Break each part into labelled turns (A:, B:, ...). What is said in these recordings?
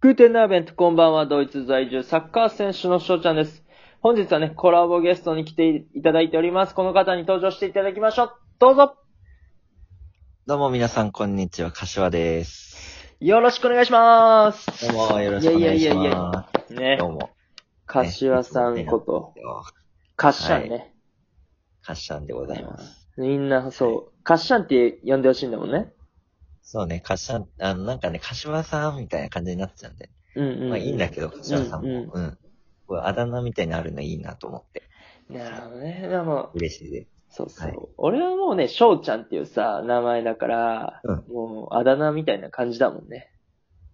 A: グーテンナーベント、こんばんは、ドイツ在住、サッカー選手の翔ちゃんです。本日はね、コラボゲストに来ていただいております。この方に登場していただきましょう。どうぞ
B: どうも皆さん、こんにちは。柏です。
A: よろしくお願いします。
B: どうも、よろしくお願いします。
A: いやいやいやいやね
B: ど、うも。
A: 柏さんこと、カッシャンね。
B: カッシャンでございます。
A: みんな、そう、カッシャンって呼んでほしいんだもんね。
B: そうね、カッシャン、あの、なんかね、柏さんみたいな感じになっちゃうんで。
A: うんうん。
B: まあいいんだけど、柏さん
A: うん
B: も。うん。これあだ名みたいになるのいいなと思って。
A: なるほどね。でも、
B: 嬉しいです。
A: そうそう。
B: はい
A: 俺はもうね、翔ちゃんっていうさ、名前だから、
B: うん
A: もう、あだ名みたいな感じだもんね。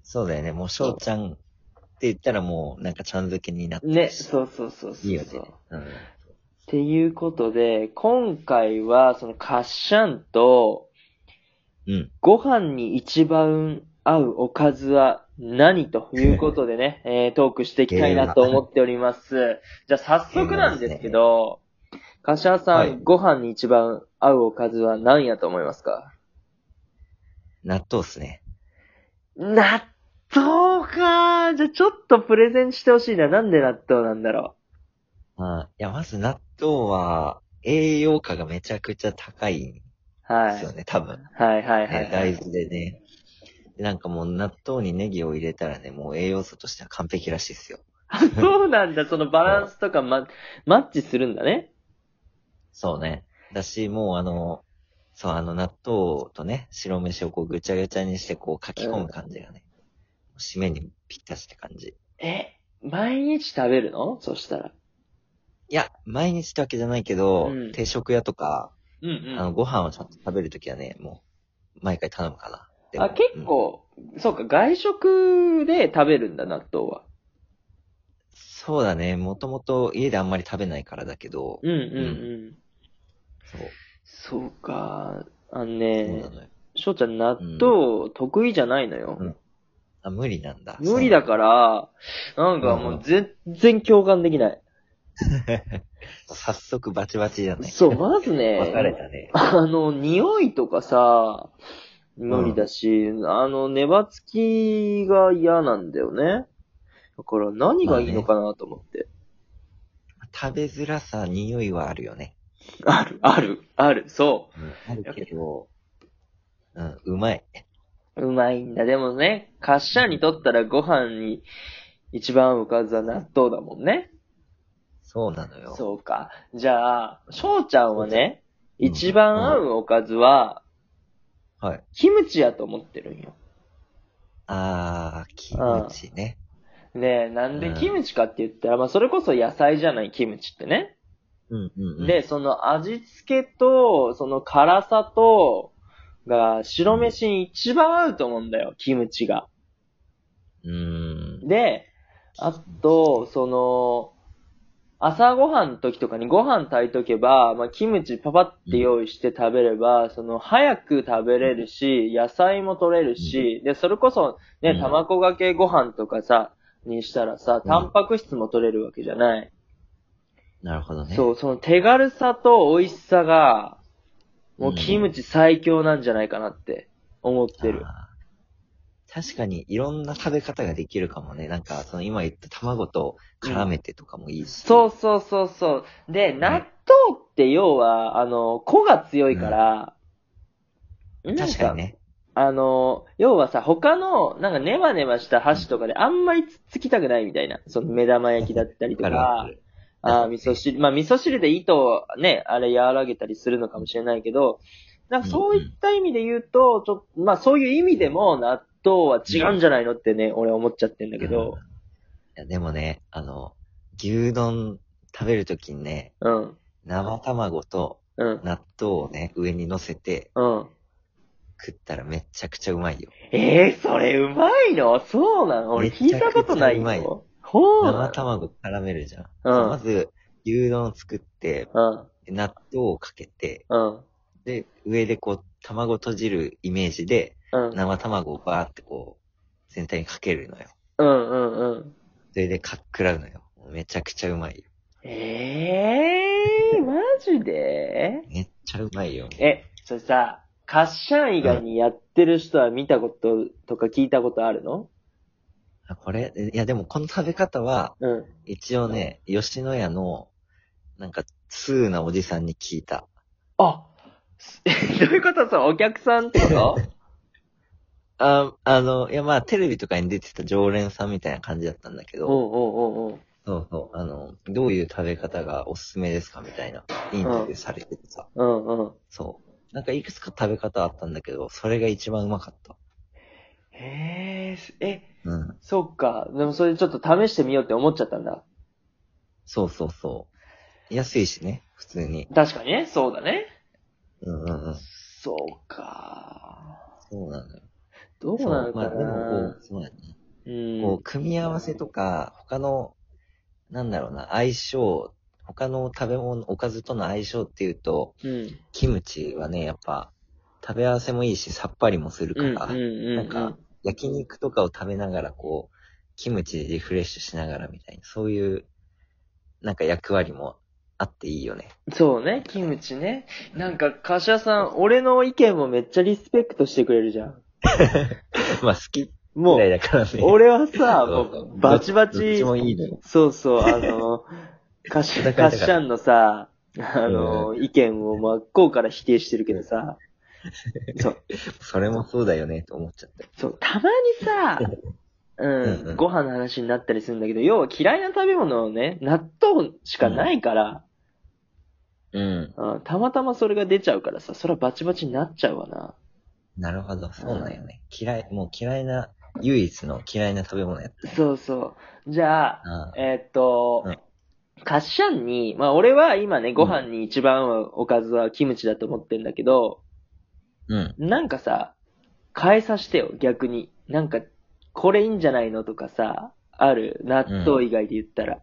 B: そうだよね、もう翔ちゃんって言ったらもう、なんかちゃんづけになって
A: ね、
B: るし。
A: そうそうそうそう。
B: いいよね。うん。
A: っていうことで、今回は、その、カッシャンと、
B: うん。
A: ご飯に一番合うおかずは何ということで ね、えートークしていきたいなと思っております。じゃあ、早速なんですけど、カッシャンさん、
B: はい
A: ご飯に一番合うおかずは何やと思いますか
B: 納豆っすね。
A: 納豆かじゃあ、ちょっとプレゼンしてほしいな。なんで納豆なんだろ
B: あいや、まず納豆は、栄養価がめちゃくちゃ高いんで
A: う。はい
B: す。よね、多分。
A: はいはいはい、
B: ね、
A: は
B: 大
A: い。
B: 豆でね。なんかもう納豆にネギを入れたらね、もう栄養素としては完璧らしいですよ。
A: そうなんだ。そのバランスとかママッチするんだね。
B: そうね。だし、もうあの、そう、あの納豆とね、白飯をこうぐちゃぐちゃにしてこうかき込む感じがね、締めにぴったしって感じ。
A: え、毎日食べるのそしたら。
B: いや、毎日ってわけじゃないけど、
A: うん
B: 定食屋とか、
A: うん
B: あの、ご飯をちゃんと食べるときはね、もう、毎回頼むかな。でも
A: あ、結、構、そうか、外食で食べるんだ、納豆は。
B: うんそうだね。もともと家であんまり食べないからだけど、
A: うんうんうん。
B: そう。
A: そうか。あの
B: そう
A: ね
B: な、のよ。
A: 翔ちゃん納豆得意じゃないのよ。
B: うんあ、無理なんだ。
A: 無理だから、なんかもう全然共感できない。
B: 早速バチバチじゃない
A: そう、 まずね、
B: 分かれたね。
A: あの、匂いとかさ、無理だし、あの、粘つきが嫌なんだよね。だから何がいいのかなと思って。
B: 食べづらさ、匂いはあるよね。
A: ある、ある、ある、そ
B: うん、あるけど、うん、うまい。
A: う。うまいんだ。でもね、カッシャンにとったらご飯に一番合うおかずは納豆だもんね。
B: そうなのよ。
A: そうか。じゃあ、翔ちゃんはね、
B: うん
A: 一番合うおかずは、
B: はい。
A: キムチやと思ってるんよ。
B: あー、キムチね。
A: ねえ、なんで
B: うん
A: キムチかって言ったら、まあ、それこそ野菜じゃない、キムチってね。
B: うんうんうん。
A: で、、その味付けと、その辛さと、が、白飯に一番合うと思うんだよ、キムチが。
B: うーん。
A: で、あと、その、朝ごはんの時とかにご飯炊いとけば、まあ、キムチパパって用意して食べれば、その、早く食べれるし、野菜も取れるし、で、それこそ、
B: う
A: ね、
B: ん
A: 卵かけご飯とかさ、にしたらさ、
B: うん
A: タンパク質も取れるわけじゃない。
B: なるほどね。
A: そう、その手軽さと美味しさが、もうキムチ最強なんじゃないかなって思ってる。
B: あー確かに、いろんな食べ方ができるかもね。なんか、その今言った卵と絡めてとかもいいし。。
A: そううそうそうそう。で、納豆って要は、あの、粉が強いから、なん
B: 確かにね。
A: あの、要はさ、他の、なんかネバネバした箸とかであんまりつっつきたくないみたいな。その目玉焼きだったりと
B: わるわ
A: か
B: か、る
A: ああ、味噌汁。まあ、味噌汁で糸をね、あれ和らげたりするのかもしれないけど、なんかそういった意味で言うと、ちょっと、まあ、そういう意味でも納豆は違うんじゃないのってね、俺思っちゃってんだけど
B: うん。いや、でもね、あの、牛丼食べるときにね、
A: うん。
B: 生卵と
A: うん。
B: 納豆をね、上に乗せて
A: うん。
B: 食ったらめちゃくちゃうまいよ。
A: ええそれうまいのそうなの俺聞いたことない
B: めちゃくちゃう
A: よ。ほう
B: 生
A: な
B: 卵絡めるじゃん。
A: うん
B: まず、牛丼作って、
A: の
B: 納豆をかけて、
A: うん。
B: で、上でこう、卵閉じるイメージで、
A: うん。うん。
B: 生卵をバーってこう、全体にかけるのよ。
A: うん。うん。うん。
B: それでかっくらうのよ。めちゃくちゃうまいよ。
A: ええマジで
B: めっちゃうまいよ。
A: え、それさ、カッシャン以外にやってる人は見たこととか聞いたことあるの、
B: あこれ、いやでもこの食べ方は、
A: うん。
B: 一応ね、吉野家の、なんか、通なおじさんに聞いた。
A: あ どういうことそう、お客さんって こと
B: あ、あの、いやまあ、テレビとかに出てた常連さんみたいな感じだったんだけ
A: う
B: ど、
A: んうんうんうん。
B: そうそう、あの、どういう食べ方がおすすめですかみたいな、インタビューされててさ、
A: うんうん。
B: そう。なんかいくつか食べ方あったんだけど、それが一番うまかった。
A: へえ、え、
B: うん。
A: そっか。でもそれちょっと試してみようって思っちゃったんだ。
B: そうそうそう。安いしね、普通に。
A: 確かにね、そうだね。
B: うんうんうん。
A: そうか。
B: そうなのよ。
A: どう
B: そう
A: なのか
B: ま
A: な
B: あでもこう、そうだね。
A: うん。
B: こう、組み合わせとか、他の、なんだろうな、相性、他の食べ物、おかずとの相性っていうと、
A: うん。
B: キムチはね、やっぱ、食べ合わせもいいし、さっぱりもする
A: うん。
B: から、
A: うんうん。
B: なんか、焼肉とかを食べながら、こう、キムチリフレッシュしながらみたいな、そういう、なんか役割もあっていいよね。
A: そうね、キムチね。なんか、柏さん、俺の意見もめっちゃリスペクトしてくれるじゃん。
B: まあ、好き
A: も、
B: 嫌いうだからね。
A: 俺はさ、
B: そう
A: もうバチバ
B: どっ
A: チ
B: ち、もいいのよ。
A: そうそう、あ の、カシ
B: 戦いだから
A: カッシャンのさ、あの、意見を真っ向から否定してるけどさ、そう、
B: それもそうだよね、と思っちゃった。
A: そう、たまに さ、
B: うん
A: う、
B: うんん
A: ご飯の話になったりするんだけど、要は嫌いな食べ物をね、納豆しかないから、
B: うん。
A: うんたまたまそれが出ちゃうからさ、それはバチバチになっちゃうわな。
B: なるほど、そうなんよね。嫌い、もう嫌いな、唯一の嫌いな食べ物やっ
A: そうそう。じゃあ
B: た、な。
A: えーっと、
B: うん
A: カッシャンに、まあ俺は今ね、ご飯に一番合うおかずはキムチだと思ってんだけど、
B: うん。
A: なんかさ、変えさせてよ、逆に。なんか、これいいんじゃないのとかさ、ある。納豆以外で言ったら。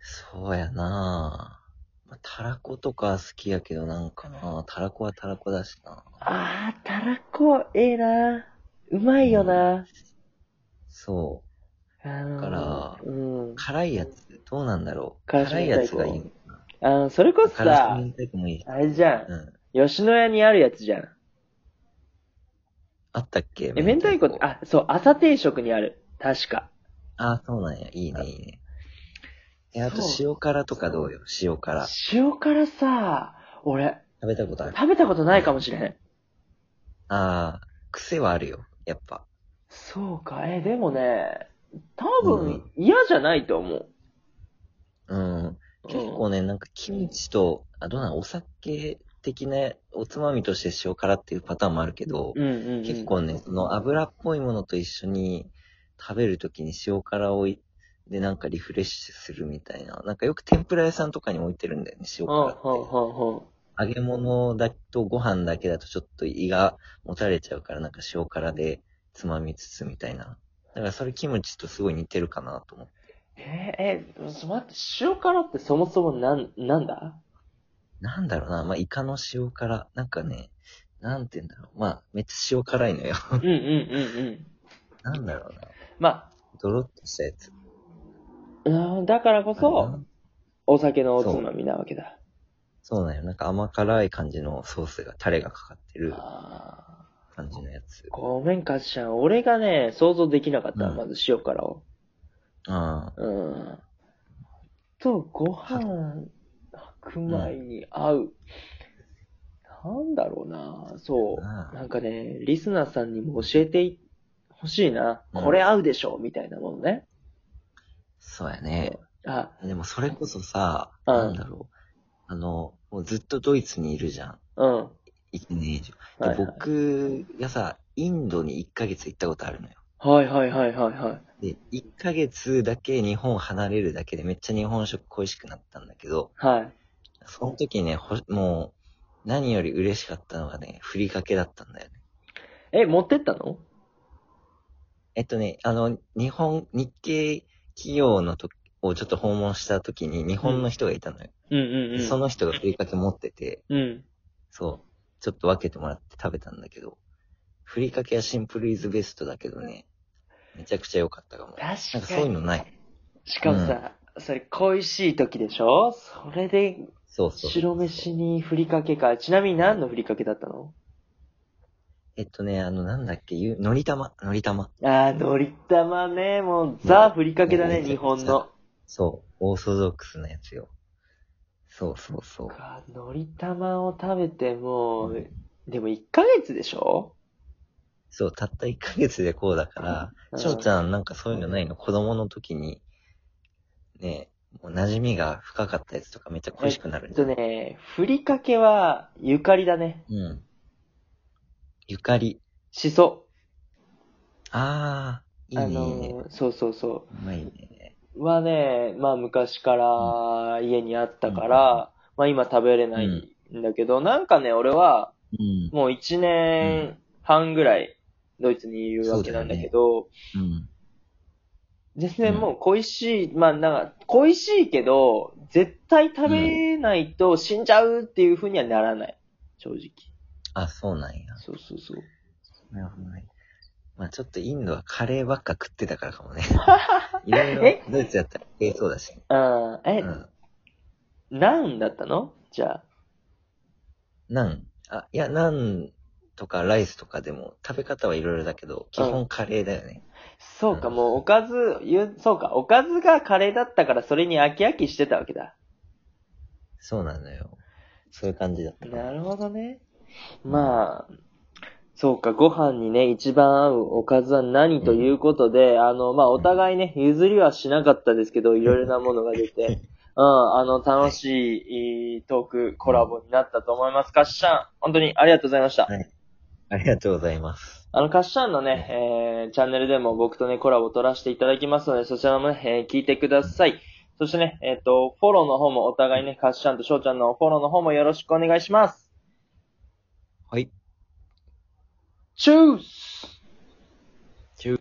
B: そうやなぁ。まあたらことか好きやけど、なんかなたらこはたらこだしな
A: あー、たらこ、ええなうまいよな、
B: そ
A: あのー
B: だから
A: うん
B: う。。辛いやつ、どうなんだろう。
A: 辛子
B: 辛いやつがいいの。
A: あの、それこそ
B: 辛子
A: さ
B: 明、太子もいいし。
A: あれじゃん。
B: うん。
A: 吉野家にあるやつじゃん。
B: あったっけ
A: え、明太子って、あ、そう、朝定食にある。確か。
B: あ、そうなんや。いいね、いいね。え、あと
A: そう
B: 塩辛とかどうよ塩辛。
A: 塩辛さ、俺、
B: 食べたことある
A: 食べたことないかもしれん。
B: ああ、癖はあるよ。やっぱ。
A: そうか、え、でもね、多
B: う
A: 分
B: ん
A: 嫌じゃないと思う。
B: うん。結構ね、なんかキムチと、あ、どうなのお酒的なおつまみとして塩辛っていうパターンもあるけど、
A: うん、うんうんうん、
B: 結構ね、その油っぽいものと一緒に食べるときに塩辛をいでなんかリフレッシュするみたいな。なんかよく天ぷら屋さんとかに置いてるんだよね、塩
A: うん、うん、
B: 辛って。
A: うん、うん。
B: 揚げ物だとご飯だけだとちょっと胃がもたれちゃうから、なんか塩辛でつまみつつみたいな。だからそれキムチとすごい似てるかなと思って。
A: えー、え、ちょっと待って、塩辛ってそもそもなん、なんだ
B: なんだろうな、まあ、イカの塩辛。なんかね、なんて言うんだろう。まあ、めっちゃ塩辛いのよ。
A: うんうんうんうん。
B: なんだろうな。
A: ま
B: ドロッとしたやつ。
A: あ、うーん、だからこそ、お酒のおつまみなわけだ。
B: そうなんよ。なんか甘辛い感じのソースが、タレがかかってる
A: あー
B: 感じのやつ。
A: ごめん、カッシャン。俺がね、想像できなかった、
B: うん
A: まず塩辛を。
B: ああ、
A: うん。と、ご飯、白米に合う。なんだろうなそう。なんかね、リスナーさんにも教えていほしいな。
B: うん
A: これ合うでしょみたいなものね。
B: そうやね。
A: あ、
B: でもそれこそさ、
A: うん
B: なんだろう。あの、もうずっとドイツにいるじゃん。
A: うん。
B: 1年以上。
A: はいは
B: で
A: い
B: 僕がさ、インドに1ヶ月行ったことあるのよ。
A: はいはいはいはいはい。
B: で、1ヶ月だけ日本離れるだけでめっちゃ日本食恋しくなったんだけど、
A: はい。
B: その時ね、ほもう、何より嬉しかったのがね、ふりかけだったんだよね。
A: え、持ってったの
B: えっとね、あの、日本、日系企業のとをちょっと訪問した時に日本の人がいたのよ。
A: うんうんうん。
B: その人がふりかけ持ってて、
A: うん。
B: そう、ちょっと分けてもらって食べたんだけど、ふりかけはシンプルイズベストだけどね、めちゃくちゃ良かったかも。なんか
A: 確
B: そ
A: か
B: ういう
A: に。
B: のない。
A: しかもさ、それ恋しい時でしょそれで、
B: そうそう。
A: 白飯にふりかけか。ちなみに何のふりかけだったの
B: えっとね、あの、なんだっけ、ゆのりたま、のりたま。
A: あー、のりたまね、もう、ザ・ふりかけだね、
B: うん
A: 日本の。
B: そう、オーソドックスなやつよ。そうそうそう。
A: かのりたまを食べてもう、でも1ヶ月でしょ
B: そう、たった1ヶ月でこうだから、
A: うん
B: 翔ちゃんなんかそういうのないの子供の時に、ねえ、もう馴染みが深かったやつとかめっちゃ恋しくなる
A: え
B: ん
A: っ
B: じゃ
A: と
B: ない、
A: ね、ふりかけは、ゆかりだね。
B: うん。ゆかり。
A: しそ。
B: ああ、いいね、いいね。
A: ーそうそうそう
B: まいね。
A: う。はね、まあ昔から家にあったから、まあ今食べれないんだけど、なんかね、俺は、
B: うん。
A: もう1年半ぐらい、ドイツにいるわけなんだけど、
B: うん。
A: 全然もう恋しい、まあなんか、恋しいけど、絶対食べないと死んじゃうっていう風にはならない。正直。
B: あ、そうなんや。
A: そうそうそう。
B: なるほどね。まあちょっとインドはカレーばっか食ってたからか もね。いろいろ
A: え、
B: ドイツやったら食えそうだし、ね。
A: ああ、
B: う
A: え、
B: ん。
A: なんだったのじゃあ。
B: なん、あ、いや、なんとかライスとかでも食べ方はいろいろだけど、基本カレーだよね。
A: そうか、もうおかず、ゆそうか、おかずがカレーだったからそれに飽き飽きしてたわけだ。
B: そうなのよ。そういう感じだった。
A: なるほどね。まあ、そうか、ご飯にね、一番合うおかずは何ということで、あの、まあ、お互いね、譲りはしなかったですけど、いろいろなものが出 て、うん、あの、楽しいいいトーク、コラボになったと思います。カッシャン、本当にありがとうございました。
B: はいありがとうございます。
A: あの、カッシャンのね、えー、チャンネルでも僕とね、コラボ撮らせていただきますので、そちらもね、えー聞いてください。そしてね、えっ、と、フォローの方もお互いね、カッシャンと翔ちゃんのフォローの方もよろしくお願いします。
B: はい。
A: チュース